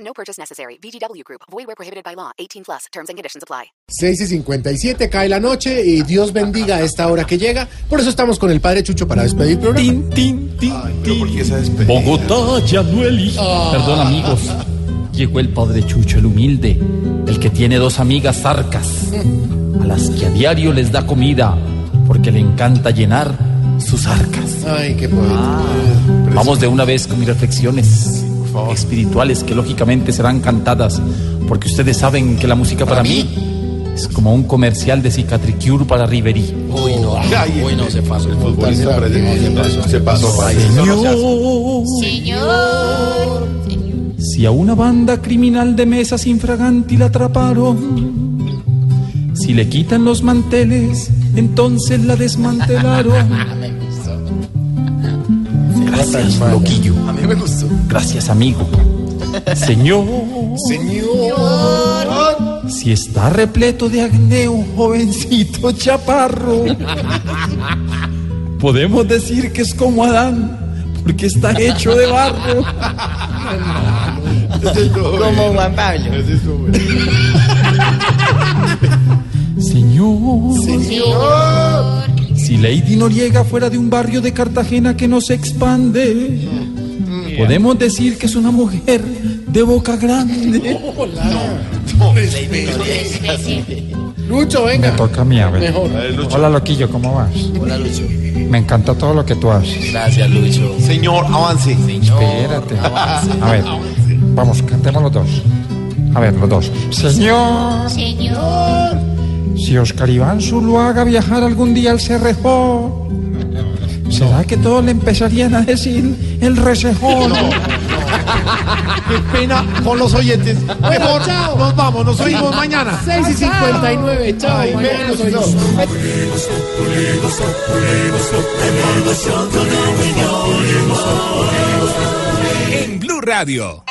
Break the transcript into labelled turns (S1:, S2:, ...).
S1: No purchase necessary. VGW Group. Void where prohibited by law. 18 plus. Terms and conditions apply.
S2: 6 y 57 cae la noche y Dios bendiga a esta hora que llega. Por eso estamos con el padre Chucho para despedir el programa.
S3: Tin, tin, tin, tin. Bogotá ya no elige. Perdón, amigos. Llegó el padre Chucho, el humilde, el que tiene dos amigas zarcas, a las que a diario les da comida, porque le encanta llenar sus arcas.
S2: Ay, qué poeta.
S4: Ah,
S3: Vamos de una vez con mis reflexiones espirituales, que lógicamente serán cantadas, porque ustedes saben que la música para, mí, es como un comercial de Cicatricure para Riverí.
S4: Uy, no, uy, no, se pasó. El
S5: futbolista presente. Se pasó.
S6: Señor.
S3: Si a una banda criminal de mesa sin fraganti la atraparon, si le quitan los manteles, entonces la desmantelaron. Gracias, loquillo.
S4: A mí me gustó.
S3: Gracias, amigo. Señor, si está repleto de acné un jovencito chaparro, podemos decir que es como Adán, porque está hecho de barro.
S6: Como Juan Pablo.
S3: Señor,
S6: Señor.
S3: si Lady Noriega fuera de un barrio de Cartagena que no se expande, podemos decir que es una mujer de boca grande.
S2: Lucho, venga.
S3: Toca mi ave.
S2: Mejor.
S3: Hola, Loquillo, ¿cómo vas?
S4: Hola, Lucho.
S3: Me encanta todo lo que tú haces.
S4: Gracias, Lucho.
S5: Señor, avance.
S3: Espérate. A ver, vamos, cantemos los dos. A ver, los dos. Señor,
S6: Señor.
S3: si Oscar Iván Zuluaga viajara algún día al Cerrejón, ¿será que todos le empezarían a decir el Recejón?
S5: Qué pena con los oyentes. Mejor, nos vamos, nos oímos mañana.
S2: 6 y 59, chao. mañana nos oímos.
S7: En Blue Radio.